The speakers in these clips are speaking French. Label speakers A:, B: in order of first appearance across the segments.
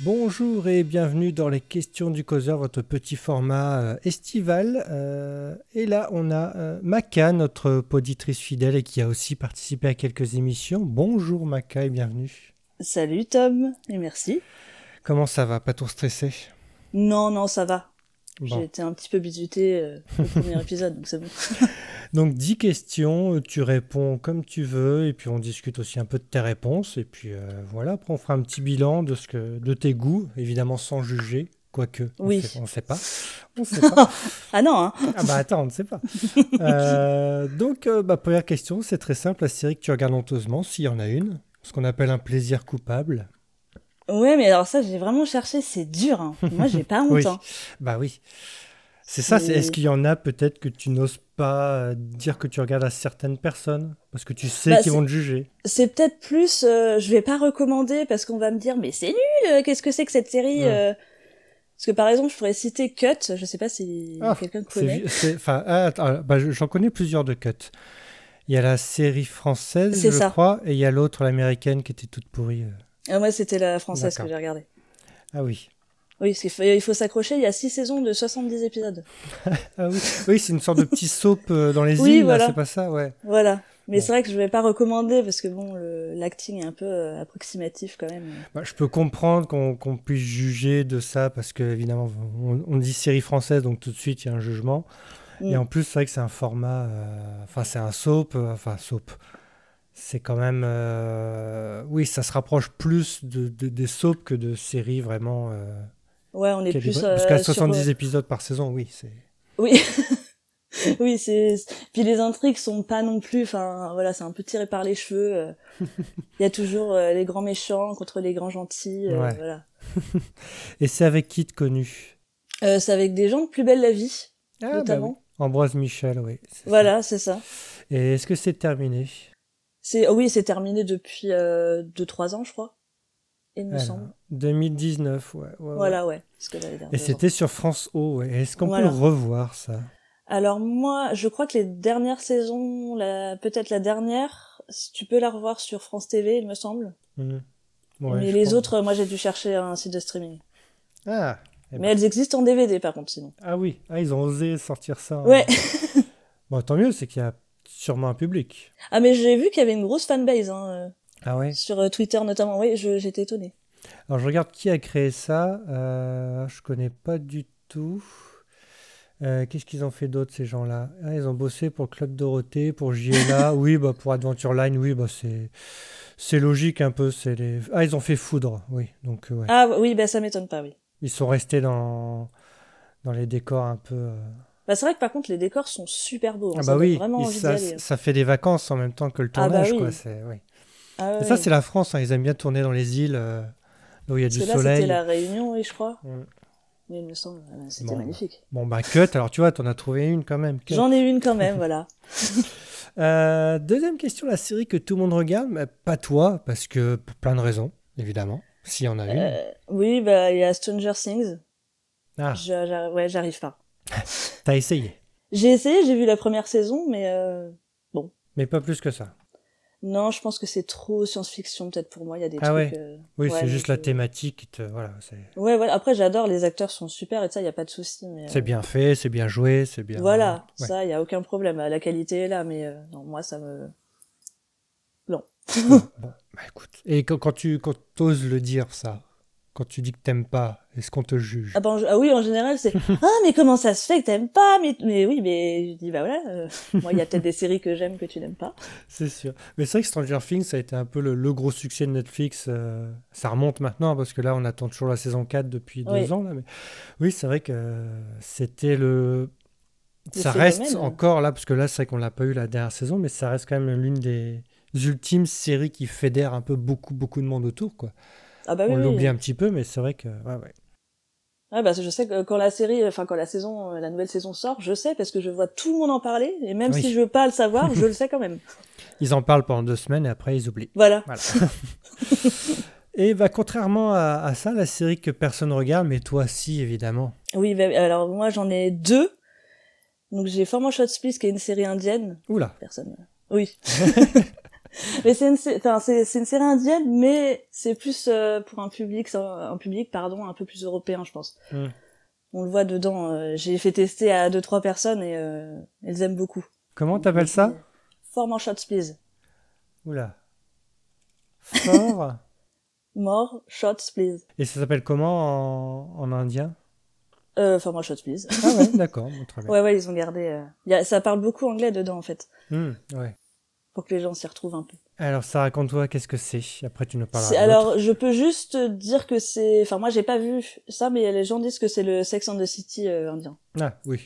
A: Bonjour et bienvenue dans les questions du causeur, votre petit format euh, estival. Euh, et là, on a euh, Maca, notre poditrice fidèle et qui a aussi participé à quelques émissions. Bonjour Maca et bienvenue.
B: Salut Tom, et merci.
A: Comment ça va Pas trop stressé
B: Non, non, ça va.
A: Bon.
B: J'ai été un petit peu bizuté euh, au premier épisode, donc c'est bon.
A: Donc 10 questions, euh, tu réponds comme tu veux et puis on discute aussi un peu de tes réponses. Et puis euh, voilà, après on fera un petit bilan de, ce que, de tes goûts, évidemment sans juger. Quoique,
B: Oui.
A: on ne sait pas. On sait pas.
B: Ah non, hein
A: Ah bah attends, on ne sait pas. Euh, donc, euh, bah, première question, c'est très simple. La série que tu regardes honteusement, s'il y en a une, ce qu'on appelle un plaisir coupable.
B: Ouais, mais alors ça, j'ai vraiment cherché, c'est dur. Hein. Moi, j'ai pas honte.
A: Oui.
B: hein.
A: Bah oui. C'est ça, c'est
B: C'est-
A: est-ce qu'il y en a peut-être que tu n'oses pas euh, dire que tu regardes à certaines personnes Parce que tu sais
B: Bah,
A: qu'ils
B: c'est-
A: vont te juger.
B: C'est peut-être plus, euh, je vais pas recommander parce qu'on va me dire, mais c'est nul, euh, qu'est-ce que c'est que cette série
A: Ouais.
B: euh Parce que par exemple, je pourrais citer Cut, je sais pas si
A: Ah,
B: quelqu'un
A: C'est
B: connaît.
A: vieux- c'est- enfin, ah, attends, bah, je- J'en connais plusieurs de cut. Il y a la série française, je
B: C'est ça.
A: crois, et il y a l'autre, l'américaine, qui était toute pourrie. euh.
B: Ah, moi, c'était la française que
A: D'accord.
B: j'ai regardée.
A: Ah oui.
B: Oui, parce qu'il faut, il faut s'accrocher, il y a 6 saisons de 70 épisodes.
A: Ah oui, oui c'est une sorte de petit soap euh, dans les
B: Oui,
A: îles, là,
B: voilà.
A: c'est pas ça Ouais.
B: Voilà. Mais
A: Bon.
B: c'est vrai que je vais pas recommander parce que bon, le- l'acting est un peu euh, approximatif quand même.
A: Bah, je peux comprendre qu'on qu'on puisse juger de ça parce que évidemment on, on dit série française donc tout de suite il y a un jugement
B: Mm.
A: et en plus c'est vrai que c'est un format euh, enfin c'est un soap euh, enfin soap c'est quand même euh, oui ça se rapproche plus de, de- des soaps que de séries vraiment euh,
B: Ouais, on est
A: calibrées.
B: plus
A: parce
B: euh,
A: qu'à
B: sur,
A: 70 épisodes par saison oui c'est
B: Oui. euh, oui, c'est puis les intrigues sont pas non plus enfin voilà, c'est un peu tiré par les cheveux. euh. Il y a toujours euh, les grands méchants contre les grands gentils, euh,
A: Ouais.
B: voilà.
A: et c'est avec qui de connu
B: Euh, c'est avec des gens de plus belle la vie
A: Ah, bah
B: notamment.
A: oui. Ambroise Michel oui c'est ça.
B: Voilà, c'est ça.
A: et est-ce que c'est terminé
B: C'est oh oui, c'est terminé depuis euh, deux trois ans, je crois. Il me
A: Alors,
B: semble.
A: 2019 ouais, ouais, ouais.
B: Voilà, ouais. Parce que l'année
A: Et
B: dernière,
A: c'était sur France O. ouais. Est-ce qu'on
B: Voilà.
A: peut le revoir, ça
B: Alors moi, je crois que les dernières saisons, la... peut-être la dernière, si tu peux la revoir sur France TV, il me semble.
A: Hmm. Ouais,
B: Mais
A: je
B: les
A: pense.
B: autres, moi j'ai dû chercher un site de streaming.
A: Ah, Eh
B: Mais
A: ben.
B: elles existent en DVD par contre sinon.
A: ah oui, ah, ils ont osé sortir ça. hein.
B: Ouais.
A: Bon, tant mieux, c'est qu'il y a sûrement un public.
B: Ah mais j'ai vu qu'il y avait une grosse fanbase hein,
A: Ah ouais
B: euh, sur euh, Twitter notamment. Oui, je- j'étais étonnée.
A: Alors, je regarde qui a créé ça. Euh, je connais pas du tout. Euh, Qu'est-ce qu'ils ont fait d'autre, ces gens-là Ah, Ils ont bossé pour Club Dorothée, pour JLA, oui, bah, pour Adventure Line, oui, bah, c'est c'est logique un peu. c'est Les... Ah, ils ont fait Foudre, oui. Donc, euh, ouais.
B: Ah oui, bah ça m'étonne pas, oui.
A: Ils sont restés dans, dans les décors un peu. euh,
B: Bah c'est vrai que par contre les décors sont super beaux. hein,
A: Ah
B: ça
A: bah
B: donne
A: oui,
B: Vraiment
A: et
B: envie d'y
A: ça,
B: aller.
A: ça fait des vacances en même temps que le
B: Ah bah
A: tournage.
B: oui.
A: quoi, c'est- oui.
B: Ah,
A: Et
B: ouais,
A: ça,
B: ouais.
A: c'est la France, hein, ils aiment bien tourner dans les îles euh, là où il y a
B: Parce
A: du
B: que là
A: soleil.
B: c'était la Réunion, oui je crois.
A: Ouais.
B: Mais il me semble, euh, c'était
A: Bon.
B: magnifique.
A: Bon, bah, cut, alors tu vois, t'en as trouvé une quand même. cut.
B: J'en ai une quand même, voilà.
A: Euh, deuxième question, la série que tout le monde regarde, mais pas toi, parce que pour plein de raisons, évidemment, s'il y en a une.
B: Euh, oui, bah il y a Stranger Things.
A: Ah,
B: Je- j'arri- ouais, j'arrive pas.
A: t'as essayé,
B: J'ai essayé, j'ai vu la première saison, mais euh,
A: mais pas plus que ça.
B: non, je pense que c'est trop science-fiction peut-être pour moi. Il y a des
A: Ah ouais.
B: trucs. euh,
A: Oui,
B: Ouais,
A: c'est
B: mais
A: juste
B: je- Euh.
A: la thématique. qui te- Voilà, c'est
B: Ouais, voilà. Après, j'adore, les acteurs sont super et ça, il y a pas de souci. Mais euh,
A: c'est bien fait, c'est bien joué, c'est bien.
B: Voilà,
A: Ouais.
B: ça, il y a aucun problème. La qualité est là, mais euh, non, moi, ça me.
A: Bon, bon, bah écoute. Et quand, quand tu quand t'oses le dire, ça, quand tu dis que t'aimes pas, est-ce qu'on te juge
B: Ah, bah, en- ah oui, en général, c'est ah mais comment ça se fait que t'aimes pas mais... mais oui, mais je dis bah voilà, euh, moi, il y a peut-être des séries que j'aime que tu n'aimes pas.
A: C'est sûr. Mais c'est vrai que Stranger Things, ça a été un peu le, le gros succès de Netflix. euh, ça remonte maintenant, parce que là, on attend toujours la saison 4 depuis
B: Oui.
A: deux ans. Là, mais... Oui, c'est vrai que euh, c'était le.
B: Le
A: ça
B: phénomène. hein.
A: reste encore là, parce que là, c'est vrai qu'on l'a pas eu la dernière saison, mais ça reste quand même l'une des ultimes séries qui fédère un peu beaucoup, beaucoup de monde autour. Quoi.
B: Ah bah oui.
A: on
B: oui.
A: l'oublie un petit peu, mais c'est vrai que. ouais, ouais.
B: Ouais, bah, je sais que quand la série, enfin, quand la saison, euh, la nouvelle saison sort, je sais parce que je vois tout le monde en parler, et même
A: Oui.
B: si je veux pas le savoir, je le sais quand même.
A: Ils en parlent pendant deux semaines et après, ils oublient.
B: Voilà.
A: Voilà. Et bah, contrairement à, à ça, la série que personne regarde, mais toi, si, évidemment.
B: Oui, bah, alors, moi, j'en ai deux. Donc, j'ai Former Shot Please, qui est une série indienne.
A: Oula,
B: Personne. Oui. euh, mais c'est une, sé- enfin, c'est, c'est une série indienne, mais c'est plus euh, pour un public, un, un public pardon, un peu plus européen, je pense.
A: Hmm.
B: On le voit dedans. euh, j'ai fait tester à deux trois personnes et euh, elles aiment beaucoup.
A: Comment t'appelles ça
B: Forme en shots please.
A: Oula. Fort.
B: More shots please.
A: Et ça s'appelle comment en, en indien
B: Euh, Forme en shots please.
A: Ah ouais, d'accord, bon, très bien.
B: ouais ouais, ils ont gardé. euh, y a- ça parle beaucoup anglais dedans en fait,
A: Hmm, ouais.
B: pour que les gens s'y retrouvent un peu.
A: Alors, ça raconte-toi, qu'est-ce que c'est Après, tu nous parleras.
B: C'est-
A: de l'autre.
B: alors, je peux juste dire que c'est. Enfin, moi, j'ai pas vu ça, mais les gens disent que c'est le Sex and the City euh, indien.
A: Ah, oui.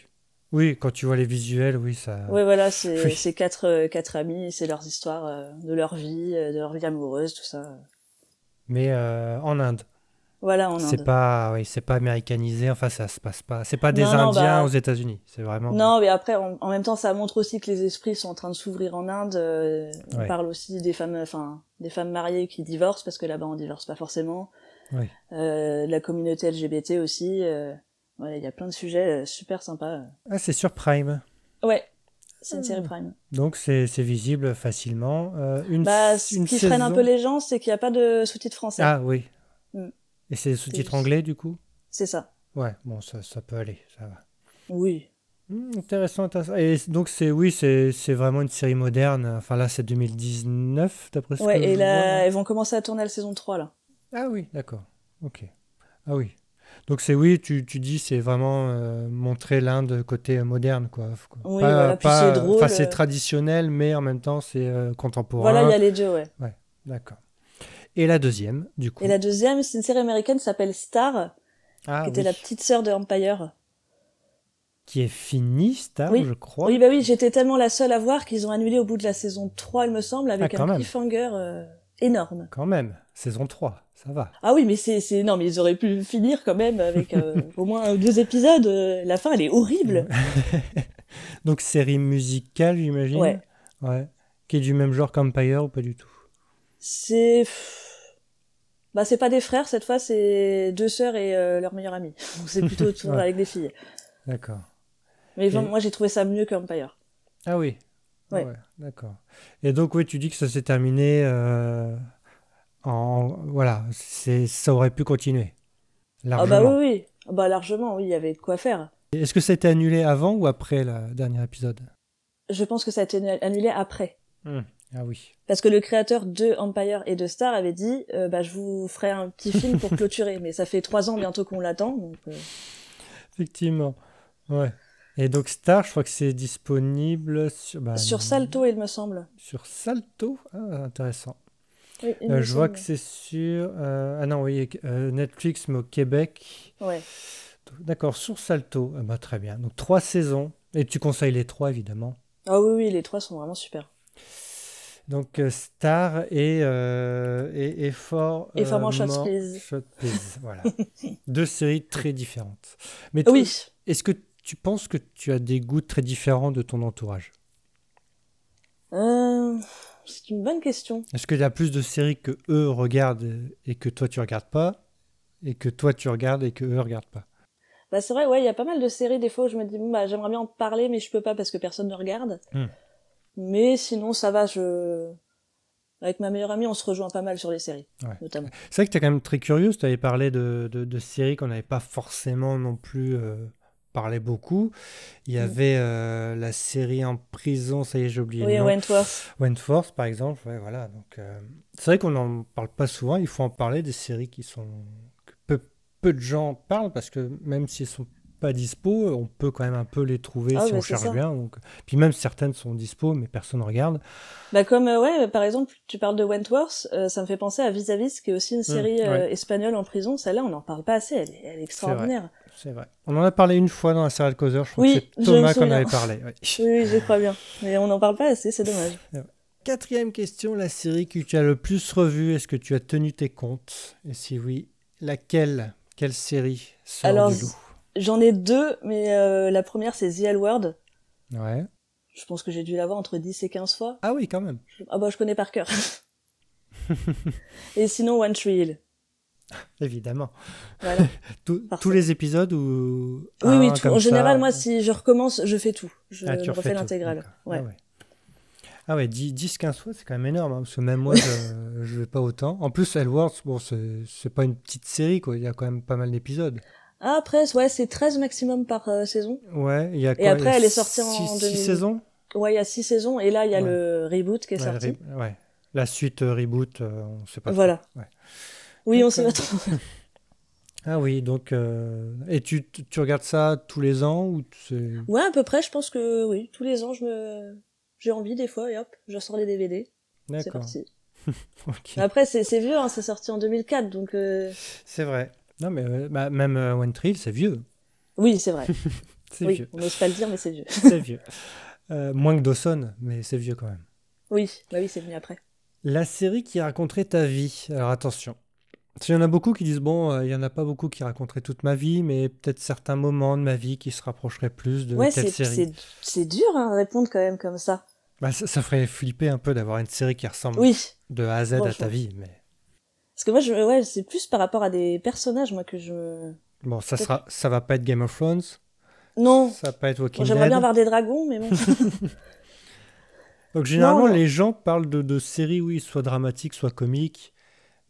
A: Oui, quand tu vois les visuels, oui, ça.
B: Ouais, voilà, c'est
A: Ah. Oui.
B: c'est quatre euh, quatre amis, c'est leurs histoires euh, de leur vie, euh, de leur vie amoureuse, tout ça.
A: Mais euh, en Inde.
B: Voilà, en
A: C'est
B: Inde.
A: pas, oui, c'est pas américanisé. Enfin, ça se passe pas. C'est pas des
B: Non, non,
A: Indiens
B: bah-
A: aux États-Unis. C'est vraiment.
B: Non, mais après, en, en même temps, ça montre aussi que les esprits sont en train de s'ouvrir en Inde. euh, on
A: Ouais.
B: parle aussi des femmes, enfin, des femmes mariées qui divorcent parce que là-bas, on divorce pas forcément.
A: Ouais.
B: Euh, la communauté LGBT aussi. euh, voilà, il y a plein de sujets euh, super sympas.
A: Ah, c'est sur Prime.
B: Ouais, c'est une série
A: Hmm.
B: prime.
A: Donc, c'est c'est visible facilement. Euh, une
B: Bah,
A: s-
B: ce
A: une
B: qui freine un
A: saison-
B: peu les gens, c'est qu'il n'y a pas de sous-titres français.
A: Ah oui.
B: Mm.
A: Et c'est sous-titres
B: juste-
A: anglais du coup
B: C'est ça.
A: Ouais, bon, ça, ça peut aller, ça va.
B: Oui.
A: Hmm, intéressant, intéressant. Et donc, c'est oui, c'est c'est vraiment une série moderne. Enfin, là, c'est 2019, d'après ce
B: ouais,
A: que
B: et
A: je
B: là,
A: vois.
B: ils vont commencer à tourner la saison 3, là.
A: Ah oui, d'accord. Ok. Ah oui. Donc, c'est oui, tu, tu dis, c'est vraiment euh, montrer l'Inde côté euh, moderne, quoi. F- quoi.
B: Oui, voilà, puis c'est drôle,
A: Enfin, c'est
B: euh.
A: traditionnel, mais en même temps, c'est euh, contemporain.
B: Voilà, il y a les deux, ouais.
A: D'accord. Et la deuxième, du coup.
B: Et la deuxième, c'est une série américaine qui s'appelle Star,
A: Ah
B: qui était
A: oui.
B: la petite sœur de Empire.
A: Qui est finie, Star,
B: Oui.
A: je crois.
B: Oui, bah oui, j'étais tellement la seule à voir qu'ils ont annulé au bout de la saison 3, il me semble, avec
A: Ah, quand
B: un
A: même.
B: cliffhanger euh, énorme.
A: Quand même, saison 3, ça va.
B: Ah oui, mais c'est c'est énorme, ils auraient pu finir quand même avec euh, au moins un ou deux épisodes. euh, La fin, elle est horrible.
A: Donc série musicale, j'imagine.
B: Ouais.
A: Ouais. Qui est du même genre qu'Empire ou pas du tout.
B: C'est. pff, Bah, c'est pas des frères, cette fois, c'est deux sœurs et euh, leur meilleure amie. Donc, c'est plutôt toujours
A: Ouais.
B: avec des filles.
A: D'accord.
B: Mais enfin,
A: Et-
B: moi, j'ai trouvé ça mieux qu'Empire.
A: Ah oui. Ah
B: Ouais.
A: D'accord. Et donc oui, tu dis que ça s'est terminé euh, en voilà, c'est ça aurait pu continuer.
B: Ah, bah
A: Largement.
B: oui, oui. Ah Bah, largement, oui, il y avait de quoi faire.
A: Est-ce que ça a été annulé avant ou après le dernier épisode
B: Je pense que ça a été annulé après.
A: Ah oui.
B: Parce que le créateur de Empire et de Star avait dit euh, bah, je vous ferai un petit film pour clôturer. Mais ça fait trois ans bientôt qu'on l'attend. Donc, euh,
A: Effectivement. Ouais. Et donc Star, je crois que c'est disponible sur bah,
B: Sur Salto, il me semble.
A: Sur Salto, ah, intéressant.
B: Oui, il
A: Euh,
B: me
A: je vois que
B: semble.
A: c'est sur. euh, ah non, oui, euh, Netflix, mais au Québec.
B: Ouais.
A: D'accord, sur Salto. Ah bah, très bien. Donc, trois saisons. Et tu conseilles les trois, évidemment.
B: Ah oui, oui, les trois sont vraiment super.
A: Donc, euh, Star et, euh, et, et For.
B: Et For
A: euh,
B: More Shots,
A: More
B: Please.
A: Shots, Please, Voilà. Deux séries très différentes. Mais
B: Ah
A: toi,
B: Oui.
A: Est-ce que tu penses que tu as des goûts très différents de ton entourage
B: Euh, C'est une bonne question.
A: Est-ce qu'il y a plus de séries que eux regardent et que toi, tu regardes pas Et que toi, tu regardes et que eux regardent pas
B: Bah c'est vrai, ouais, il y a pas mal de séries des fois où je me dis bon bah j'aimerais bien en parler mais je peux pas parce que personne ne regarde.
A: Hmm.
B: Mais sinon ça va, je avec ma meilleure amie on se rejoint pas mal sur les séries,
A: Ouais.
B: notamment.
A: C'est vrai que tu es quand même très curieuse. Tu avais parlé de, de- de séries qu'on n'avait pas forcément non plus euh, parlé beaucoup. Il y
B: Mm.
A: avait euh, la série en prison, ça y est, j'ai oublié
B: Oui,
A: le nom.
B: Wentworth.
A: Wentworth, par exemple. Ouais, voilà. Donc, euh, c'est vrai qu'on n'en parle pas souvent. Il faut en parler des séries qui sont que peu, peu de gens parlent parce que même s'ils sont pas dispo, on peut quand même un peu les trouver
B: Ah,
A: si
B: mais
A: on
B: c'est
A: cherche
B: ça.
A: bien. Donc, puis même certaines sont dispo, mais personne ne regarde.
B: Bah comme euh, ouais, par exemple, tu parles de Wentworth, euh, ça me fait penser à Vis-à-Vis qui est aussi une série euh,
A: Mmh, ouais.
B: espagnole en prison, celle-là on en parle pas assez, elle est, elle est extraordinaire.
A: C'est vrai. On en a parlé une fois dans la série de causeur. Je crois
B: Oui,
A: que c'est
B: je
A: Thomas
B: me
A: qu'on
B: souviens.
A: avait parlé. ouais.
B: Oui, oui, je crois bien, mais on en parle pas assez, c'est dommage.
A: Quatrième question, la série que tu as le plus revue, est-ce que tu as tenu tes comptes Et si oui, laquelle Quelle série sort
B: Alors,
A: du lot
B: J'en ai deux, mais euh, la première c'est The L Word.
A: Ouais.
B: Je pense que j'ai dû l'avoir entre 10 et 15 fois.
A: Ah oui, quand même.
B: Ah bah je connais par cœur. et sinon One Tree Hill.
A: Évidemment.
B: Voilà.
A: Tous-
B: Parfait.
A: tous les épisodes ou
B: Oui
A: un
B: oui, tout.
A: Ah, comme
B: en général
A: ça
B: moi si je recommence, je fais tout. Je
A: Ah,
B: me
A: tu
B: refais
A: refais tout,
B: l'intégrale.
A: d'accord.
B: Ouais.
A: Ah, ouais. Ah ouais, 10-15 fois, c'est quand même énorme, hein, parce que même moi, je, je vais pas autant. En plus, Elworth, bon, c'est c'est pas une petite série, quoi. Il y a quand même pas mal d'épisodes.
B: Ah, après, ouais, c'est 13 maximum par euh, saison.
A: Ouais, il y a quoi,
B: Et
A: il
B: après,
A: y a
B: elle est sortie en
A: six- six
B: 2000.
A: saisons
B: Ouais, il y a 6 saisons, et là, il y a
A: Ouais.
B: le reboot qui est
A: Ouais,
B: sorti.
A: re- ouais. La suite euh, reboot, euh, on sait pas. trop.
B: Voilà.
A: Ouais. euh,
B: Oui, on
A: D'accord.
B: s'y attend.
A: Ah oui, donc. euh, Et tu, tu tu regardes ça tous les ans ou tu- c'est.
B: Ouais, à peu près, je pense que oui, tous les ans, je me... j'ai envie des fois, et hop, je ressors les DVD. C'est
A: D'accord.
B: parti.
A: ok.
B: Après, c'est c'est vieux, hein, c'est sorti en 2004, donc... euh,
A: C'est vrai. Non, mais euh, bah, même euh, One Tree, c'est vieux.
B: Oui, c'est vrai.
A: C'est
B: oui,
A: vieux.
B: on n'ose pas le dire, mais c'est vieux.
A: C'est vieux. Euh, moins que Dawson, mais c'est vieux quand même.
B: Oui, bah oui, c'est venu après.
A: La série qui raconterait ta vie. Alors attention. Il y en a beaucoup qui disent, bon, euh, il y en a pas beaucoup qui raconteraient toute ma vie, mais peut-être certains moments de ma vie qui se rapprocheraient plus de
B: ouais,
A: telle
B: c'est-
A: série.
B: c'est c'est dur hein, à répondre quand même comme ça.
A: Bah, ça, ça ferait flipper un peu d'avoir une série qui ressemble
B: Oui,
A: de A à Z à ta
B: franchement.
A: vie, mais
B: parce que moi, je, ouais, c'est plus par rapport à des personnages, moi, que je...
A: bon, ça
B: Peut-être.
A: sera, ça va pas être Game of Thrones,
B: Non,
A: ça va pas être
B: bon,
A: Walking
B: j'aimerais
A: Dead.
B: bien avoir des dragons, mais bon.
A: Donc généralement,
B: Non.
A: les gens parlent de, de séries, oui, soit dramatiques, soit comiques,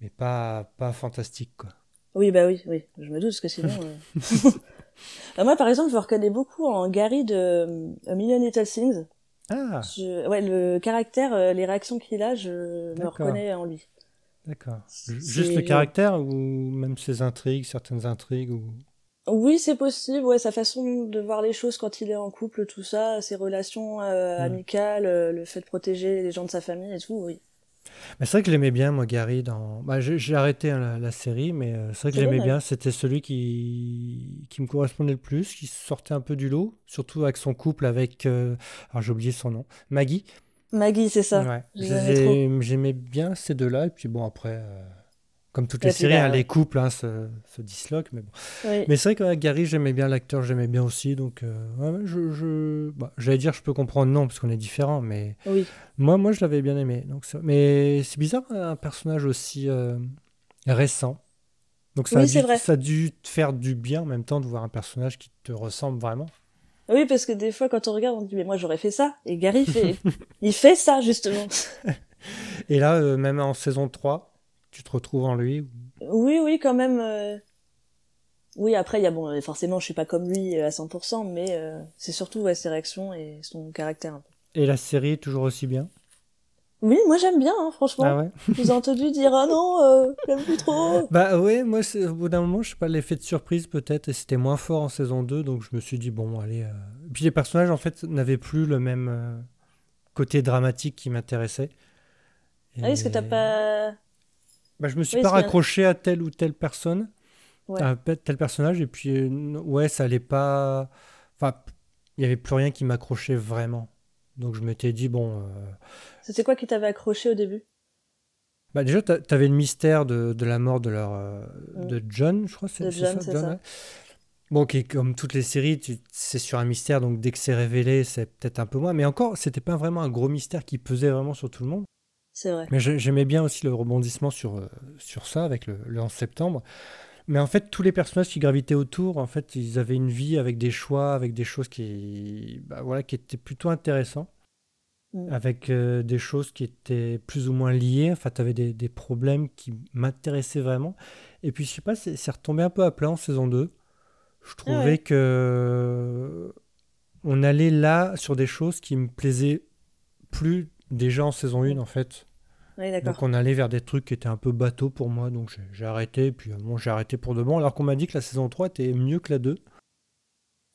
A: mais pas, pas fantastiques, quoi.
B: oui, bah oui, oui, je me doute, parce que sinon... euh. Bah, moi, par exemple, je me reconnais beaucoup en Gary de euh, A Million Little Things.
A: Ah,
B: Je- ouais, le caractère, euh, les réactions qu'il a, je me
A: D'accord.
B: reconnais en lui.
A: d'accord. Ju-
B: C'est-
A: Juste le caractère ou même ses intrigues, certaines intrigues ou...
B: Oui, c'est possible. Ouais, sa façon de voir les choses quand il est en couple, tout ça, ses relations euh,
A: Mm.
B: amicales, euh, le fait de protéger les gens de sa famille et tout. Oui.
A: Mais c'est vrai que je l'aimais bien, moi, Gary, dans... Bah, j'ai j'ai arrêté hein, la, la série, mais euh, c'est vrai que
B: C'est
A: je l'aimais
B: dommage.
A: bien. C'était celui qui... qui me correspondait le plus, qui sortait un peu du lot, surtout avec son couple avec... euh, Alors j'ai oublié son nom, Maggie.
B: Maggie, c'est ça.
A: Ouais.
B: je
A: Je
B: l'aimais
A: les ai- J'aimais bien ces deux-là, et puis bon, après... euh, Comme toutes
B: Et
A: les
B: puis,
A: séries,
B: bah,
A: hein,
B: ouais.
A: les couples hein, se, se disloquent. Mais, bon.
B: Oui.
A: mais c'est vrai que ouais, Gary, j'aimais bien l'acteur, j'aimais bien aussi. Donc, euh, ouais, je, je... bah, j'allais dire, je peux comprendre, non, parce qu'on est différents, mais
B: Oui.
A: moi, moi, je l'avais bien aimé. Donc ça- Mais c'est bizarre, hein, un personnage aussi euh, récent. Donc ça,
B: Oui,
A: a
B: c'est
A: dû,
B: vrai.
A: ça a dû te faire du bien en même temps de voir un personnage qui te ressemble vraiment.
B: Oui, parce que des fois, quand on regarde, on dit mais moi j'aurais fait ça. Et Gary fait, il fait ça justement.
A: Et là, euh, même en saison 3, tu te retrouves en lui.
B: Oui, oui, quand même. euh, Oui, après, il y a bon, euh, forcément, je suis pas comme lui euh, à 100%, mais euh, c'est surtout ouais, ses réactions et son caractère. un peu.
A: Et la série est toujours aussi bien.
B: Oui, moi j'aime bien, hein, franchement.
A: Ah ouais
B: Je vous ai entendu dire ah non, euh, j'aime plus trop.
A: Bah ouais, moi, c'est- au bout d'un moment, je sais pas, l'effet de surprise peut-être, et c'était moins fort en saison 2, donc je me suis dit, bon, allez... euh. Puis les personnages, en fait, n'avaient plus le même euh, côté dramatique qui m'intéressait.
B: Ah oui, est-ce que t'as
A: Et-
B: pas
A: Bah, je me suis
B: Oui,
A: pas
B: c'est bien.
A: raccroché à telle ou telle personne,
B: Ouais.
A: à pe- tel personnage, et puis euh, n- ouais, ça allait pas. Enfin, p- il y avait plus rien qui m'accrochait vraiment. Donc je m'étais dit bon, euh,
B: C'était quoi qui t'avait accroché au début
A: bah déjà t'a- t'avais le mystère de, de la mort de leur euh,
B: Mm.
A: de John, je crois c'est
B: De
A: c'est ça,
B: John, c'est
A: John.
B: ça.
A: ouais. Bon, qui est comme toutes les séries, tu- c'est sur un mystère, donc dès que c'est révélé, c'est peut-être un peu moins. Mais encore, c'était pas vraiment un gros mystère qui pesait vraiment sur tout le monde.
B: C'est vrai.
A: Mais j'ai- j'aimais bien aussi le rebondissement sur, euh, sur ça avec le, le 11 septembre. Mais en fait, tous les personnages qui gravitaient autour, en fait, ils avaient une vie avec des choix, avec des choses qui, bah, voilà, qui étaient plutôt intéressants,
B: Mm.
A: avec euh, des choses qui étaient plus ou moins liées. Enfin, tu avais des, des problèmes qui m'intéressaient vraiment. Et puis, je sais pas, c'est c'est retombé un peu à plat en saison 2. Je
B: Ah ouais.
A: trouvais que on allait là sur des choses qui me plaisaient plus déjà en saison 1, en fait.
B: Ah Oui,
A: Donc
B: d'accord.
A: on allait vers des trucs qui étaient un peu bateaux pour moi, donc j'ai- j'ai arrêté, puis euh, bon, j'ai arrêté pour de bon, alors qu'on m'a dit que la saison 3 était mieux que la 2.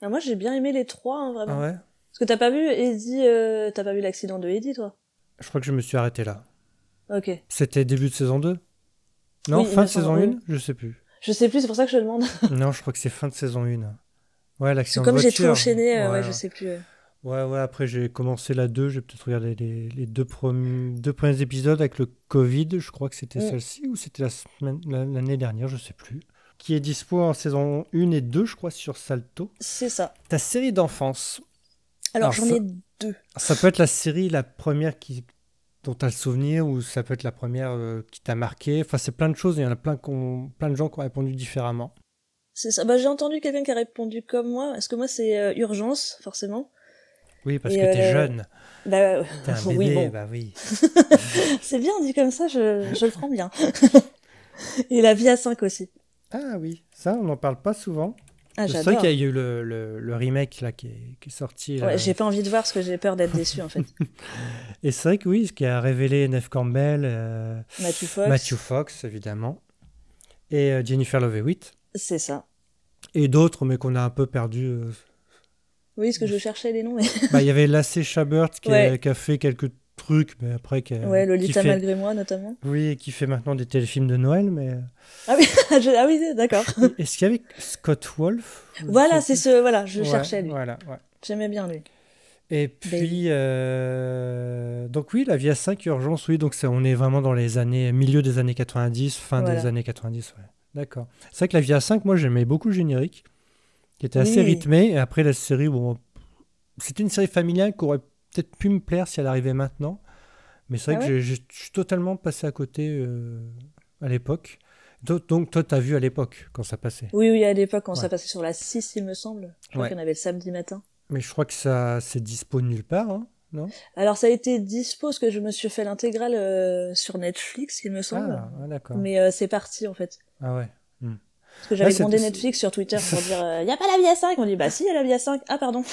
B: Ah, moi, j'ai bien aimé les trois, hein, vraiment.
A: Ah ouais
B: Parce que t'as pas vu Eddie, euh, t'as pas vu l'accident de Eddie, toi
A: Je crois que je me suis arrêté là.
B: Ok.
A: C'était début de saison 2 Non,
B: Oui, il
A: fin
B: me
A: de saison
B: semble,
A: 1
B: oui.
A: Je sais plus.
B: Je sais plus, c'est pour ça que je te demande.
A: non, je crois que c'est fin de saison 1. Ouais,
B: Parce que
A: l'accident de
B: comme j'ai tout
A: voiture.
B: enchaîné, euh, ouais,
A: ouais,
B: je sais plus. euh.
A: Ouais, ouais, après j'ai commencé la 2, j'ai peut-être regardé les, les deux, premi- deux premiers épisodes avec le Covid, je crois que c'était
B: Mm.
A: celle-ci ou c'était la semaine- la- l'année dernière, je sais plus. Qui est dispo en saison 1 et 2, je crois, sur Salto.
B: C'est ça.
A: Ta série d'enfance,
B: Alors,
A: Alors,
B: j'en
A: ça-
B: ai deux.
A: ça peut être la série, la première qui dont tu as le souvenir, ou ça peut être la première euh, qui t'a marqué. Enfin, c'est plein de choses, il y en a plein, qu'on- plein de gens qui ont répondu différemment.
B: C'est ça. Bah, j'ai entendu quelqu'un qui a répondu comme moi. Parce que moi, c'est euh, urgence, forcément.
A: Oui, parce
B: Et,
A: que t'es
B: euh,
A: jeune.
B: Bah, euh,
A: T'es un bébé,
B: oui, bon.
A: bah oui.
B: c'est bien dit comme ça, je, je le prends bien. Et la vie à 5 aussi.
A: Ah oui, ça, on n'en parle pas souvent.
B: Ah,
A: C'est vrai
B: j'adore.
A: qu'il y a eu le, le- le remake là, qui, est, qui est sorti. là.
B: Ouais, j'ai pas envie de voir parce que j'ai peur d'être déçu en fait.
A: Et c'est vrai que oui, ce qui a révélé Neve Campbell, euh,
B: Matthew Fox,
A: Matthew Fox, évidemment, et euh, Jennifer Love Hewitt,
B: c'est ça. et
A: et d'autres, mais qu'on a un peu perdu. euh.
B: Oui, ce que je cherchais les noms. mais-
A: Bah, Il y avait Lacey Chabert qui, a-
B: Ouais.
A: qui a fait quelques trucs, mais après. Qui, a-
B: ouais,
A: qui
B: Lolita
A: fait,
B: malgré moi notamment.
A: Oui, qui fait maintenant des téléfilms de Noël, mais.
B: Ah oui, je- ah oui d'accord.
A: Est-ce qu'il y avait Scott Wolf
B: Voilà, c'est ce, voilà, je
A: Ouais,
B: cherchais lui.
A: Voilà, ouais.
B: J'aimais bien lui.
A: Et
B: Ben
A: puis, euh, donc oui, la Via 5 Urgence, oui, donc c'est- on est vraiment dans les années, milieu des années 90, fin des
B: Voilà.
A: années 90, ouais. D'accord. C'est vrai que la Via 5, moi j'aimais beaucoup le générique, qui était assez
B: Oui.
A: rythmé, et après la série, bon, c'était une série familiale qui aurait peut-être pu me plaire si elle arrivait maintenant, mais c'est vrai
B: Ah
A: que j'ai- j'ai- je suis totalement passé à côté euh, à l'époque. Do- Donc toi, t'as vu à l'époque, quand ça passait.
B: Oui, oui, à l'époque, quand
A: Ouais.
B: ça passait sur la 6, il me semble. Je crois
A: Ouais.
B: qu'on avait le samedi matin.
A: Mais je crois que ça, c'est dispo nulle part, hein, non
B: Alors, ça a été dispo, parce que je me suis fait l'intégrale euh, sur Netflix, il me semble.
A: Ah, ouais, d'accord.
B: Mais euh, c'est parti, en fait.
A: Ah ouais.
B: Parce que j'avais
A: Ah, c'est-
B: demandé
A: c'est-
B: Netflix sur Twitter pour dire euh, y a pas la vie à 5 On dit bah si, y a la vie à 5. Ah, pardon.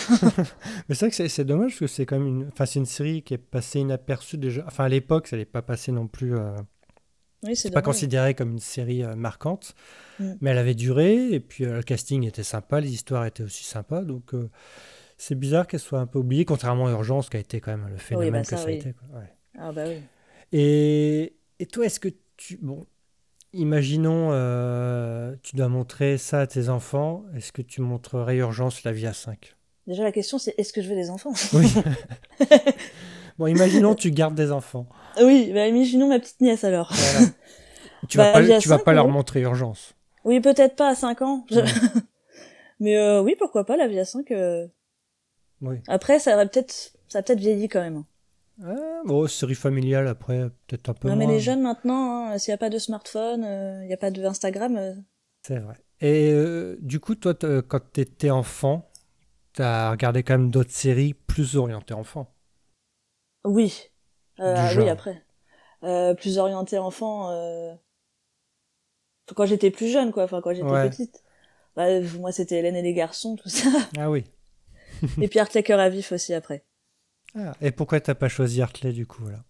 A: Mais c'est vrai que c'est- c'est dommage parce que c'est quand même une, enfin, c'est une série qui est passée inaperçue déjà. Enfin, à l'époque, ça n'est pas passé non plus. euh,
B: Oui, c'est
A: c'est pas
B: dommage.
A: considéré comme une série euh, marquante,
B: Mm.
A: mais elle avait duré et puis euh, le casting était sympa, les histoires étaient aussi sympas. Donc euh, c'est bizarre qu'elle soit un peu oubliée, contrairement à Urgence qui a été quand même le phénomène
B: bah
A: que
B: ça,
A: ça a
B: oui.
A: été. quoi. Ouais.
B: Ah, bah oui.
A: Et, et toi, est-ce que tu. Bon, imaginons, euh, tu dois montrer ça à tes enfants. Est-ce que tu montrerais Urgence la vie à 5
B: Déjà, la question, c'est est-ce que je veux des enfants
A: Oui. bon, imaginons, tu gardes des enfants.
B: Oui, bah, imaginons ma petite nièce alors.
A: Voilà. Tu
B: Bah,
A: vas
B: il y
A: pas,
B: a
A: tu vas
B: cinq
A: pas leur
B: euros.
A: montrer urgence.
B: Oui, peut-être pas à 5 ans. Je-
A: Ouais.
B: Mais euh, oui, pourquoi pas, la vie à 5. euh,
A: Oui.
B: Après, ça aurait peut-être ça a peut-être vieilli quand même.
A: Ah, bon, série familiale après, peut-être un peu
B: non,
A: moins.
B: mais les jeunes maintenant, hein, s'il n'y a pas de smartphone, euh, il n'y a pas de Instagram, euh,
A: C'est vrai. Et euh, du coup, toi, t- euh, quand t'étais enfant, t'as regardé quand même d'autres séries plus orientées enfants.
B: oui. Euh,
A: Du
B: ah
A: genre.
B: oui, après. Euh, plus orienté enfant, euh, quand j'étais plus jeune, quoi, enfin, quand j'étais
A: Ouais.
B: petite. Bah, euh, moi, c'était Hélène et les garçons, tout ça.
A: Ah oui.
B: et puis Artlaker à vif aussi après.
A: Ah, et pourquoi t'as pas choisi Hartley du coup là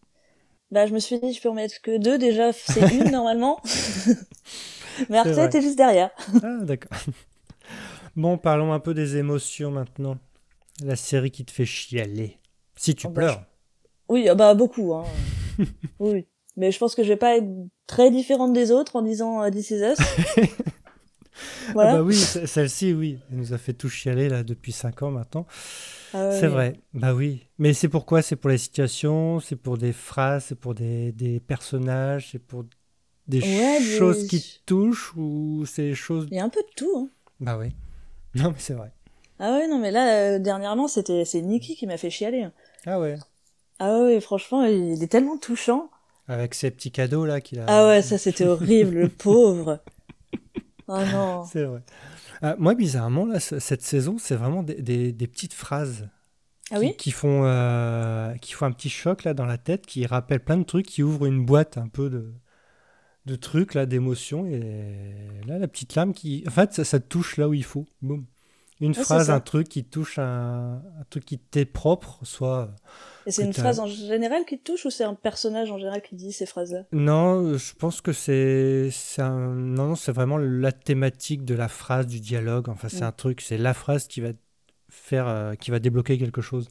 B: Bah, je me suis dit, je peux en mettre que deux déjà, c'est une normalement. mais Arte
A: vrai.
B: était juste derrière.
A: Ah d'accord. bon, parlons un peu des émotions maintenant. La série qui te fait chialer. Si tu
B: Oh, bah,
A: pleures.
B: Oui, ah bah beaucoup. Hein. oui, oui. mais je pense que je vais pas être très différente des autres en disant euh, This is us.
A: Ah
B: voilà.
A: bah oui, ce- celle-ci, oui. Elle nous a fait tout chialer là depuis 5 ans maintenant.
B: Ah ouais,
A: C'est
B: oui.
A: vrai, bah oui. Mais c'est pourquoi C'est pour les situations, c'est pour des phrases, c'est pour des, des personnages, c'est pour des
B: Ouais, des-
A: choses qui te touchent ou c'est des choses.
B: Il y a un peu de tout. Hein.
A: Bah oui. Non, mais c'est vrai.
B: Ah ouais, non, mais là, euh, dernièrement, c'était c'est Nikki qui m'a fait chialer. hein.
A: Ah ouais.
B: Ah ouais, franchement, il est tellement touchant.
A: Avec ces petits cadeaux là qu'il a.
B: Ah ouais, ça c'était horrible, le pauvre. Ah non.
A: C'est vrai. Ah, moi, bizarrement, là, ce- cette saison, c'est vraiment des, des- des petites phrases
B: Ah
A: qui,
B: oui
A: qui font, euh, qui font un petit choc là dans la tête, qui rappellent plein de trucs, qui ouvrent une boîte un peu de, de trucs là, d'émotions. Et là, la petite lame qui, en fait, ça, ça te touche là où il faut. Boum. Une
B: c'est
A: phrase,
B: ça.
A: un truc qui touche un, un truc qui t'est propre, soit euh.
B: Et c'est une
A: Putain.
B: phrase en général qui te touche ou c'est un personnage en général qui dit ces phrases-là
A: non, je pense que c'est c'est un- non, non, c'est vraiment la thématique de la phrase, du dialogue. Enfin, c'est
B: Mm.
A: un truc, c'est la phrase qui va faire, euh, qui va débloquer quelque chose.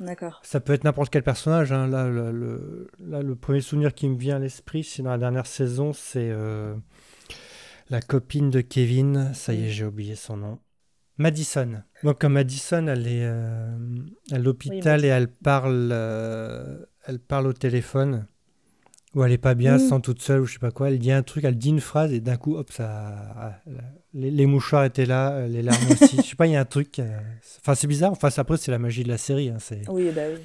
B: D'accord.
A: Ça peut être n'importe quel personnage. hein. Là, le, le- là, le premier souvenir qui me vient à l'esprit, c'est dans la dernière saison, c'est euh, la copine de Kevin. Ça y est, j'ai oublié son nom. Madison. Donc, quand Madison, elle est euh, à l'hôpital et elle parle, euh, elle parle au téléphone. Ou elle est pas bien, elle se
B: Mm.
A: sent toute seule, ou je sais pas quoi. Elle dit un truc, elle dit une phrase, et d'un coup, hop, ça. Les, les mouchoirs étaient là, les larmes aussi. je sais pas, il y a un truc. euh, c'est- Enfin, c'est bizarre. Enfin, c'est- après, c'est la magie de la série. hein, c'est...
B: Oui, bah oui.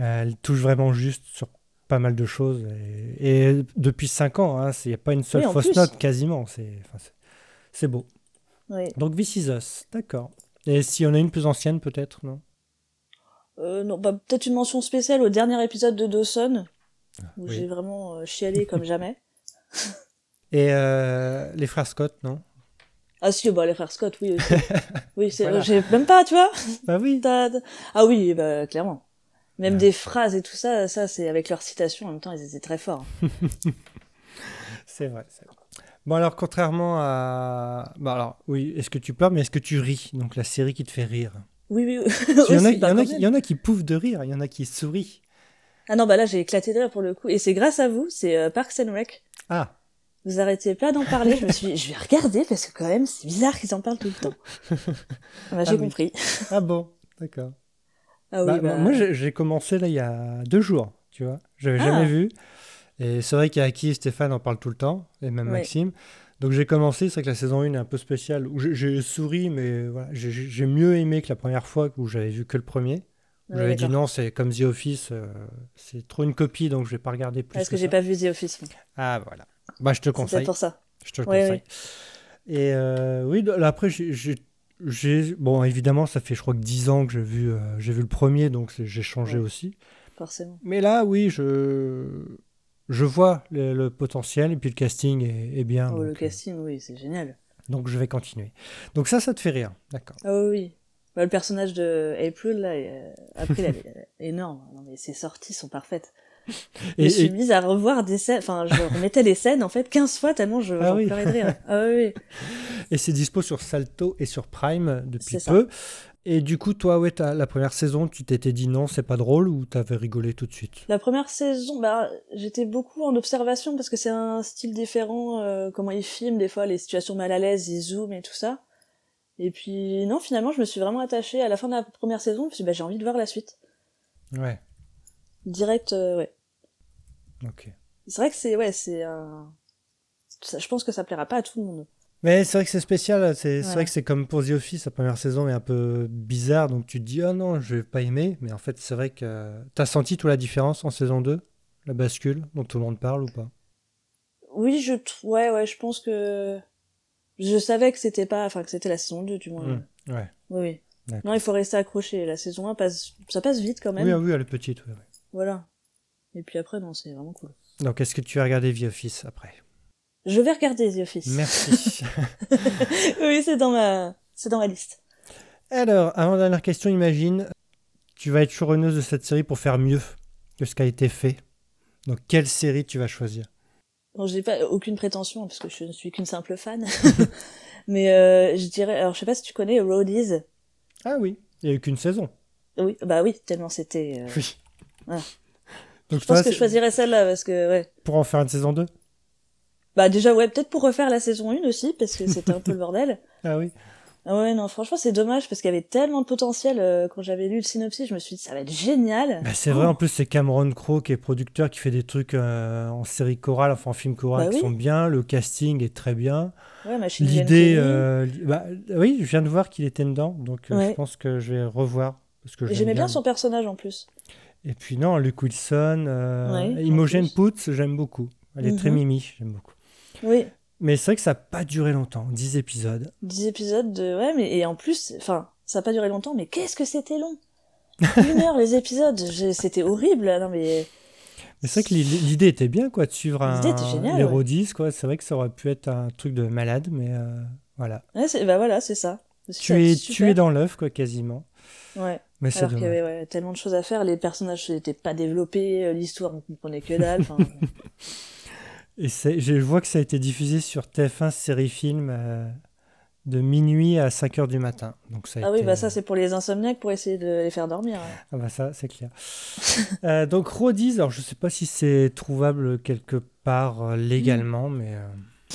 A: Elle touche vraiment juste sur pas mal de choses. Et, et depuis 5 ans, il n'y a pas une seule
B: Oui, en
A: fausse
B: plus.
A: note quasiment. C'est enfin, c'est- c'est beau.
B: oui.
A: Donc This Is Us, d'accord. Et si on a une plus ancienne peut-être, non
B: Euh, non, bah, peut-être une mention spéciale au dernier épisode de Dawson, où
A: oui.
B: j'ai vraiment euh, chialé comme jamais.
A: Et euh, les frères Scott, non
B: Ah si, bah les frères Scott, oui. aussi. oui, c'est,
A: Voilà.
B: j'ai même pas, tu vois.
A: Bah oui.
B: T'as- t'as- Ah oui, bah clairement. Même
A: Ouais.
B: des phrases et tout ça, ça c'est avec leurs citations. En même temps, ils étaient très forts.
A: C'est vrai, c'est vrai. Bon, alors, contrairement à. Bah, alors, oui, est-ce que tu pleures, mais est-ce que tu ris Donc, la série qui te fait rire.
B: Oui, oui.
A: Il y, en a,
B: aussi,
A: il y
B: bah,
A: en a
B: quand
A: qui-
B: même.
A: il y en a qui pouffent de rire, il y en a qui sourient.
B: Ah non, bah là j'ai éclaté de rire pour le coup. Et c'est grâce à vous, c'est euh, Parks and Rec.
A: Ah,
B: Vous arrêtez pas d'en parler. Je me suis, dit, je vais regarder parce que quand même c'est bizarre qu'ils en parlent tout le temps. Bah, j'ai
A: oui.
B: compris.
A: ah bon, d'accord.
B: Ah oui,
A: Bah,
B: bah,
A: Moi, j'ai j'ai commencé là il y a deux jours, tu vois. Je n'avais
B: Ah.
A: jamais vu. Et c'est vrai qu'Aki et Stéphane en parlent tout le temps, et même
B: Ouais.
A: Maxime. Donc, j'ai commencé, c'est vrai que la saison 1 est un peu spéciale, où j'ai- j'ai souri, mais voilà, j'ai- j'ai j'ai mieux aimé que la première fois où j'avais vu que le premier. Où
B: ouais,
A: j'avais dit
B: d'accord.
A: non, c'est comme The Office, euh, c'est trop une copie, donc je vais pas regarder plus.
B: Parce que
A: ça.
B: j'ai pas vu The Office. moi.
A: Ah voilà. Bah, je te
B: C'est peut-être
A: conseille.
B: pour ça.
A: Je te le
B: Ouais,
A: conseille. Et euh, oui, là, après, j'ai- j'ai. j'ai- Bon, évidemment, ça fait, je crois, que 10 ans que j'ai vu, euh, j'ai vu le premier, donc c'est- j'ai changé
B: Ouais.
A: aussi.
B: Forcément.
A: Mais là, oui, je, je vois le, le potentiel, et puis le casting est, est bien.
B: Oh, le
A: Ah, donc,
B: casting, oui, c'est génial.
A: euh, donc, je vais continuer. Donc, ça, ça te fait rire. D'accord.
B: Ah oui, oui. Bah, le personnage de April, là, euh, April, elle est elle est énorme. Non, mais ses sorties sont parfaites. Et,
A: Et-
B: je suis
A: et-
B: mise à revoir des scènes, enfin, je remettais des scènes, en fait, 15 fois tellement je
A: Ah
B: j'en
A: oui.
B: pleurais de rire. Ah oui, oui.
A: Et c'est dispo sur Salto et sur Prime depuis
B: C'est ça.
A: peu. Et du coup, toi, ouais, t'as- la première saison, tu t'étais dit non, c'est pas drôle ou t'avais rigolé tout de suite
B: La première saison, bah, j'étais beaucoup en observation parce que c'est un style différent, euh, comment ils filment, des fois, les situations mal à l'aise, ils zooment et tout ça. Et puis, non, finalement, je me suis vraiment attachée à la fin de la première saison, je me suis dit, bah, j'ai envie de voir la suite.
A: Ouais,
B: Direct, euh, ouais.
A: ok.
B: C'est vrai que c'est ouais, c'est un. ça- je pense que ça plaira pas à tout le monde.
A: Mais c'est vrai que c'est spécial, c'est c'est
B: Voilà.
A: vrai que c'est comme pour The Office, la première saison est un peu bizarre, donc tu te dis, oh non, je vais pas aimer, mais en fait, c'est vrai que euh, t'as senti toute la différence en saison 2, la bascule dont tout le monde parle ou pas
B: Oui, je tr- ouais ouais, je pense que je savais que c'était pas enfin que c'était la saison 2 du moins.
A: Mm, ouais.
B: Oui oui.
A: D'accord.
B: Non, il faut rester accroché. La saison 1 passe ça passe vite quand même.
A: Oui, ah oui, elle est petite. ouais, ouais.
B: Voilà. Et puis après non, c'est vraiment cool.
A: Donc, est-ce que tu as regardé The Office après
B: Je vais regarder The Office.
A: Merci.
B: oui, c'est dans ma c'est dans ma liste.
A: Alors, avant-dernière question, imagine, tu vas être showrunneuse de cette série pour faire mieux que ce qui a été fait. Donc, quelle série tu vas choisir
B: Bon, j'ai pas aucune prétention parce que je ne suis qu'une simple fan. Mais euh, je dirais alors je sais pas si tu connais Roadies.
A: Ah oui, il n'y a eu qu'une saison.
B: Oui, bah oui, tellement c'était euh,
A: Oui.
B: Ah.
A: Donc,
B: Je pense
A: toi,
B: que
A: c'est
B: je choisirais celle-là parce que ouais.
A: pour en faire une saison 2
B: Bah déjà ouais, peut-être pour refaire la saison 1 aussi parce que c'était un peu le bordel.
A: Ah oui.
B: Ah ouais non, franchement c'est dommage parce qu'il y avait tellement de potentiel euh, quand j'avais lu le synopsis, je me suis dit ça va être génial.
A: Bah, c'est vrai,
B: Oh.
A: en plus, c'est Cameron Crowe qui est producteur, qui fait des trucs euh, en série chorale, enfin en film chorale
B: Bah
A: qui
B: oui.
A: sont bien. Le casting est très bien.
B: Ouais, machine Gun
A: L'idée.
B: Kelly.
A: euh, li- bah, oui, je viens de voir qu'il était dedans, donc euh, je
B: Ouais.
A: pense que je vais revoir. Parce que
B: Et
A: j'aime
B: J'aimais bien
A: le-
B: son personnage en plus.
A: Et puis non, Luke Wilson, euh,
B: Ouais, en
A: Imogen
B: plus.
A: Poots, j'aime beaucoup. Elle est très
B: Mhm.
A: mimi, j'aime beaucoup.
B: Oui,
A: Mais c'est vrai que ça n'a pas duré longtemps, 10 épisodes.
B: 10 épisodes de ouais mais et en plus enfin, ça a pas duré longtemps mais qu'est-ce que c'était long. Une heure les épisodes, j'ai- c'était horrible. ah, Non mais
A: Mais c'est vrai que l'i- l'idée était bien, quoi, de suivre un
B: L'idée était géniale,
A: les
B: ouais.
A: rodis, quoi. C'est vrai que ça aurait pu être un truc de malade, mais euh, voilà.
B: ouais, c'est bah voilà, c'est ça. Parce que ça-
A: Tu es,
B: super.
A: tu es dans l'œuf, quoi, quasiment.
B: Ouais.
A: Mais c'est
B: Alors qu'il y
A: dommage.
B: avait ouais, tellement de choses à faire, les personnages n'étaient pas développés, euh, l'histoire on comprenait que dalle. enfin,
A: Et c'est- je vois que ça a été diffusé sur TF1 série film euh, de minuit à 5 heures du matin. Donc ça a
B: ah oui,
A: été, euh,
B: bah ça c'est pour les insomniaques pour essayer de les faire dormir. ouais.
A: Ah bah ça, c'est clair. Euh, donc Rodis, alors je sais pas si c'est trouvable quelque part euh, légalement,
B: Hmm.
A: mais...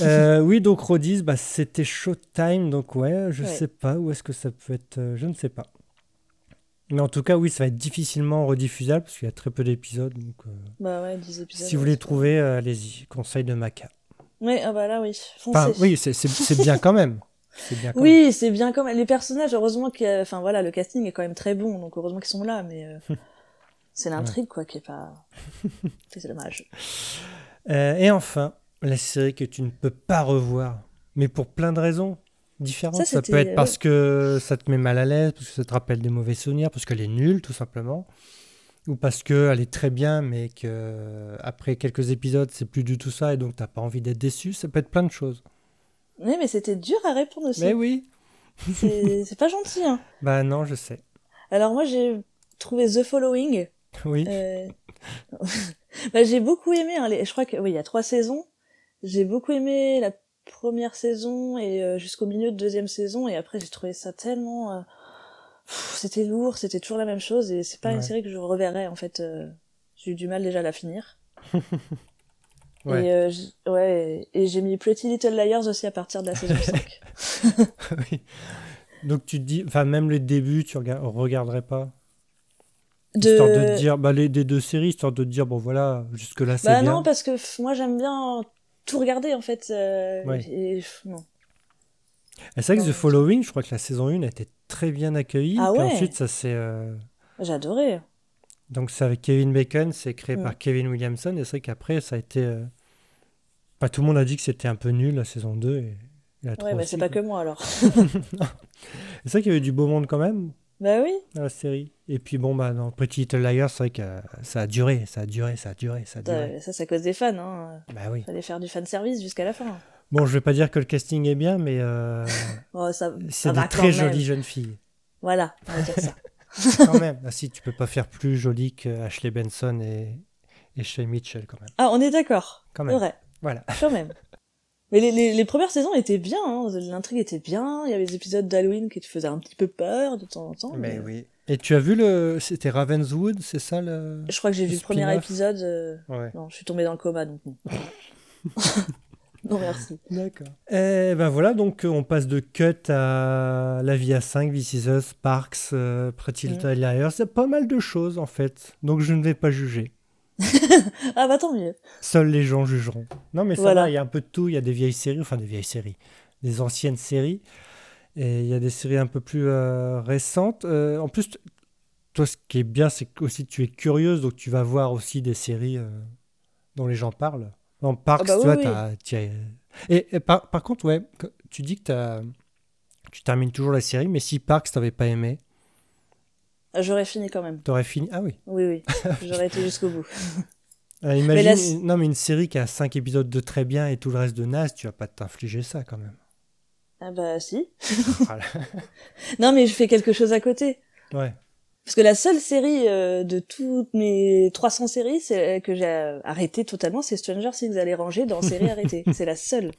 A: euh, euh, oui, donc Rodis, bah, c'était Showtime, donc ouais, je
B: Ouais.
A: sais pas où est-ce que ça peut être, euh, je ne sais pas. Mais en tout cas, oui, ça va être difficilement rediffusable parce qu'il y a très peu d'épisodes, donc euh,
B: Bah ouais, 10 épisodes.
A: si vous les trouvez, euh, allez-y, conseil de Maca.
B: Oui, ah bah là oui, foncez.
A: Enfin, oui, c'est- c'est c'est bien quand même. C'est bien quand
B: Oui, c'est bien quand même. Les personnages, heureusement que, enfin voilà, le casting est quand même très bon, donc heureusement qu'ils sont là, mais euh, c'est l'intrigue quoi qui est pas. c'est dommage.
A: Euh, et enfin, la série que tu ne peux pas revoir, mais pour plein de raisons. différente.
B: Ça,
A: Ça, peut
B: c'était-
A: être parce que ça te met mal à l'aise, parce que ça te rappelle des mauvais souvenirs, parce qu'elle est nulle, tout simplement. Ou parce qu'elle est très bien, mais que euh, après quelques épisodes, c'est plus du tout ça, et donc t'as pas envie d'être déçu. Ça peut être plein de choses.
B: Oui, mais c'était dur à répondre aussi.
A: Mais oui.
B: C'est c'est pas gentil. Hein.
A: Bah non, je sais.
B: Alors moi, j'ai trouvé The Following.
A: Oui.
B: euh, bah, j'ai beaucoup aimé. hein, les... Je crois que oui, il y a trois saisons. J'ai beaucoup aimé la première saison et euh, jusqu'au milieu de deuxième saison. Et après, j'ai trouvé ça tellement. euh, pff, C'était lourd, c'était toujours la même chose et c'est pas
A: Ouais.
B: une série que je reverrai en fait. euh, J'ai eu du mal déjà à la finir.
A: Ouais.
B: Et, euh, j- ouais, et j'ai mis Pretty Little Liars aussi à partir de la saison 5. euh,
A: Oui. Donc tu te dis, enfin même le début, tu rega- regarderais pas, histoire de te dire, bah les des deux séries, histoire de te dire bon voilà, jusque là c'est
B: Bah
A: bien.
B: non, parce que pff, moi j'aime bien tout regarder en fait. euh,
A: Ouais.
B: et, pff, non.
A: Et C'est vrai que
B: non.
A: The Following, je crois que la saison 1 a été très bien accueillie.
B: Ah
A: puis
B: ouais.
A: ensuite ça c'est euh,
B: J'adorais.
A: donc c'est avec Kevin Bacon, c'est créé
B: Mm.
A: par Kevin Williamson et c'est vrai qu'après ça a été, euh, bah, tout le monde a dit que c'était un peu nul la saison 2 et la 3
B: Ouais, bah
A: aussi,
B: c'est pas que
A: quoi.
B: moi alors.
A: C'est vrai qu'il y avait du beau monde quand même
B: bah oui.
A: dans la série. Et puis bon bah dans Pretty Little Liars, c'est vrai que euh, ça a duré, ça a duré, ça a duré, ça a
B: Putain,
A: duré.
B: mais Ça, c'est à cause des fans. Hein.
A: Bah oui.
B: Fallait faire du fan service jusqu'à la fin.
A: Bon, je vais pas dire que le casting est bien, mais euh,
B: Oh, ça,
A: c'est
B: ça
A: des
B: va
A: très
B: quand même.
A: jolies jeunes filles.
B: Voilà, on va dire ça.
A: Quand même. Ah, si, tu peux pas faire plus jolie que Ashley Benson et, et Shea Mitchell, quand même.
B: Ah, on est d'accord.
A: Quand
B: C'est
A: même.
B: vrai,
A: Voilà.
B: quand même. Mais les, les, les premières saisons étaient bien, hein. l'intrigue était bien, il y avait des épisodes d'Halloween qui te faisaient un petit peu peur de temps en temps. Mais,
A: oui. Et tu as vu le. C'était Ravenswood, c'est ça le.
B: Je crois que j'ai vu le premier
A: Spin-off.
B: épisode. euh,
A: Ouais.
B: Non, je suis tombée dans le coma donc non. non, merci.
A: D'accord. Et ben voilà, donc euh, on passe de Cut à La Vie à 5, This Is Us, Parks, euh, Pretty Little Liars. Il y a pas mal de choses, en fait. Donc je ne vais pas juger.
B: Ah bah tant mieux.
A: Seuls les gens jugeront. Non, mais ça
B: Voilà.
A: va, il y a un peu de tout. Il y a des vieilles séries, enfin des vieilles séries, des anciennes séries. Et il y a des séries un peu plus euh, récentes. Euh, en plus, t- toi, ce qui est bien, c'est que aussi tu es curieuse, donc tu vas voir aussi des séries euh, dont les gens parlent. En Parks,
B: bah oui,
A: tu vois,
B: oui.
A: t'as- t'y as- Et, et par, par contre, ouais, que- tu dis que t'as- tu termines toujours la série, mais si Parks t'avais pas aimé,
B: Ah, J'aurais fini quand même.
A: t'aurais fini. Ah oui.
B: Oui, oui. J'aurais été jusqu'au bout.
A: Euh, imagine,
B: la s-
A: non, mais une série qui a 5 épisodes de très bien et tout le reste de naze, tu vas pas t'infliger ça quand même.
B: Ah bah si.
A: Voilà.
B: Non mais je fais quelque chose à côté.
A: Ouais.
B: Parce que la seule série euh, de toutes mes 300 séries c'est, euh, que j'ai euh, arrêtée totalement, c'est Stranger Things. Elle est rangée dans séries arrêtées. C'est la seule.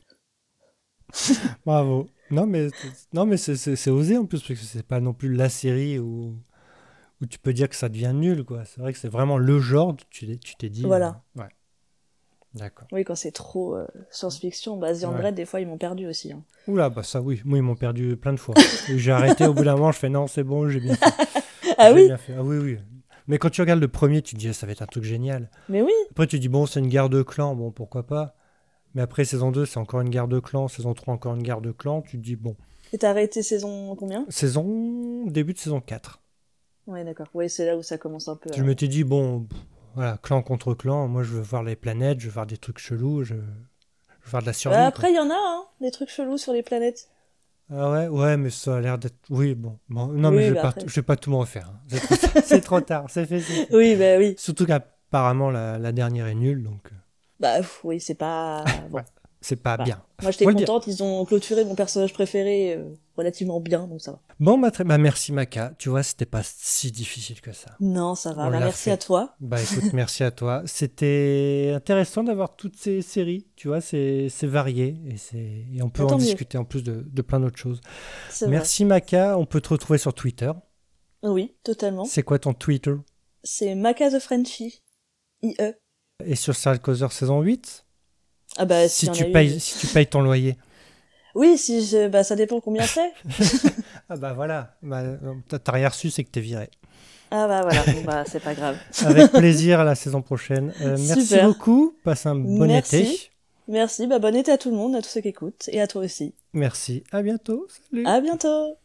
A: Bravo. Non, mais, non, mais c'est- c'est c'est osé en plus, parce que c'est pas non plus la série où, où tu peux dire que ça devient nul, quoi. C'est vrai que c'est vraiment le genre, tu t'es- tu t'es dit.
B: Voilà.
A: euh, ouais. D'accord.
B: Oui, quand c'est trop euh, science-fiction, basé en
A: Ouais.
B: vrai, des fois ils m'ont perdu aussi. hein.
A: Oula, bah ça, oui. Moi, ils m'ont perdu plein de fois. Et J'ai arrêté au bout d'un moment, je fais non, c'est bon, j'ai bien fait.
B: Ah
A: J'ai
B: oui,
A: bien fait. Ah oui, oui. Mais quand tu regardes le premier, tu te dis, ah, ça va être un truc génial.
B: mais oui.
A: Après, tu dis, bon, c'est une guerre de clans, bon, pourquoi pas. Mais après, saison 2, c'est encore une guerre de clans. Saison 3, encore une guerre de clans. Tu te dis, bon.
B: Et t'as arrêté saison combien
A: Saison. Début de saison 4.
B: Ouais, d'accord. Oui, c'est là où ça commence un peu.
A: Je
B: à-
A: me t'ai dit, bon, pff, voilà, clan contre clan, moi je veux voir les planètes, je veux voir des trucs chelous, je, je veux voir de la survie.
B: Bah,
A: quoi.
B: après, il y en a, hein, des trucs chelous sur les planètes.
A: Ah ouais, ouais, mais ça a l'air d'être. Oui, bon. bon. non,
B: Oui,
A: mais je
B: bah
A: vais, pas,
B: après.
A: je vais pas tout m'en refaire. hein. C'est trop- C'est trop tard, c'est fait. c'est fait.
B: Oui, bah oui.
A: Surtout qu'apparemment la, la dernière est nulle, donc euh,
B: Bah pff, oui, c'est pas. Bon.
A: c'est pas
B: Bah.
A: bien.
B: Moi, j'étais
A: Faut le dire.
B: contente, ils ont clôturé mon personnage préféré euh, relativement bien, donc ça va.
A: Bon, bah, très- bah, merci Maca, tu vois, c'était pas si difficile que ça.
B: Non, ça va.
A: On
B: Bah,
A: l'a
B: merci
A: fait.
B: à toi.
A: Bah écoute, merci à toi. C'était intéressant d'avoir toutes ces séries, tu vois, c'est c'est varié et, c'est- et on peut
B: Ah,
A: en
B: tant mieux.
A: discuter en plus de- de plein d'autres choses.
B: C'est vrai.
A: Merci Maca, on peut te retrouver sur Twitter.
B: Oui, totalement.
A: C'est quoi ton Twitter
B: C'est Maca the Frenchie. IE.
A: Et sur Serial Causer saison 8
B: Ah bah si,
A: si, tu payes, si tu payes ton loyer.
B: Oui, si je... bah ça dépend combien c'est.
A: Ah bah voilà, bah, euh, t'as t'as rien reçu, c'est que t'es viré.
B: Ah bah voilà, bon, bah c'est pas grave.
A: Avec plaisir à la saison prochaine. Euh, merci
B: Super.
A: beaucoup, passe un bon
B: Merci.
A: été.
B: Merci, bah bon été à tout le monde, à tous ceux qui écoutent et à toi aussi.
A: Merci, à bientôt. Salut.
B: À bientôt.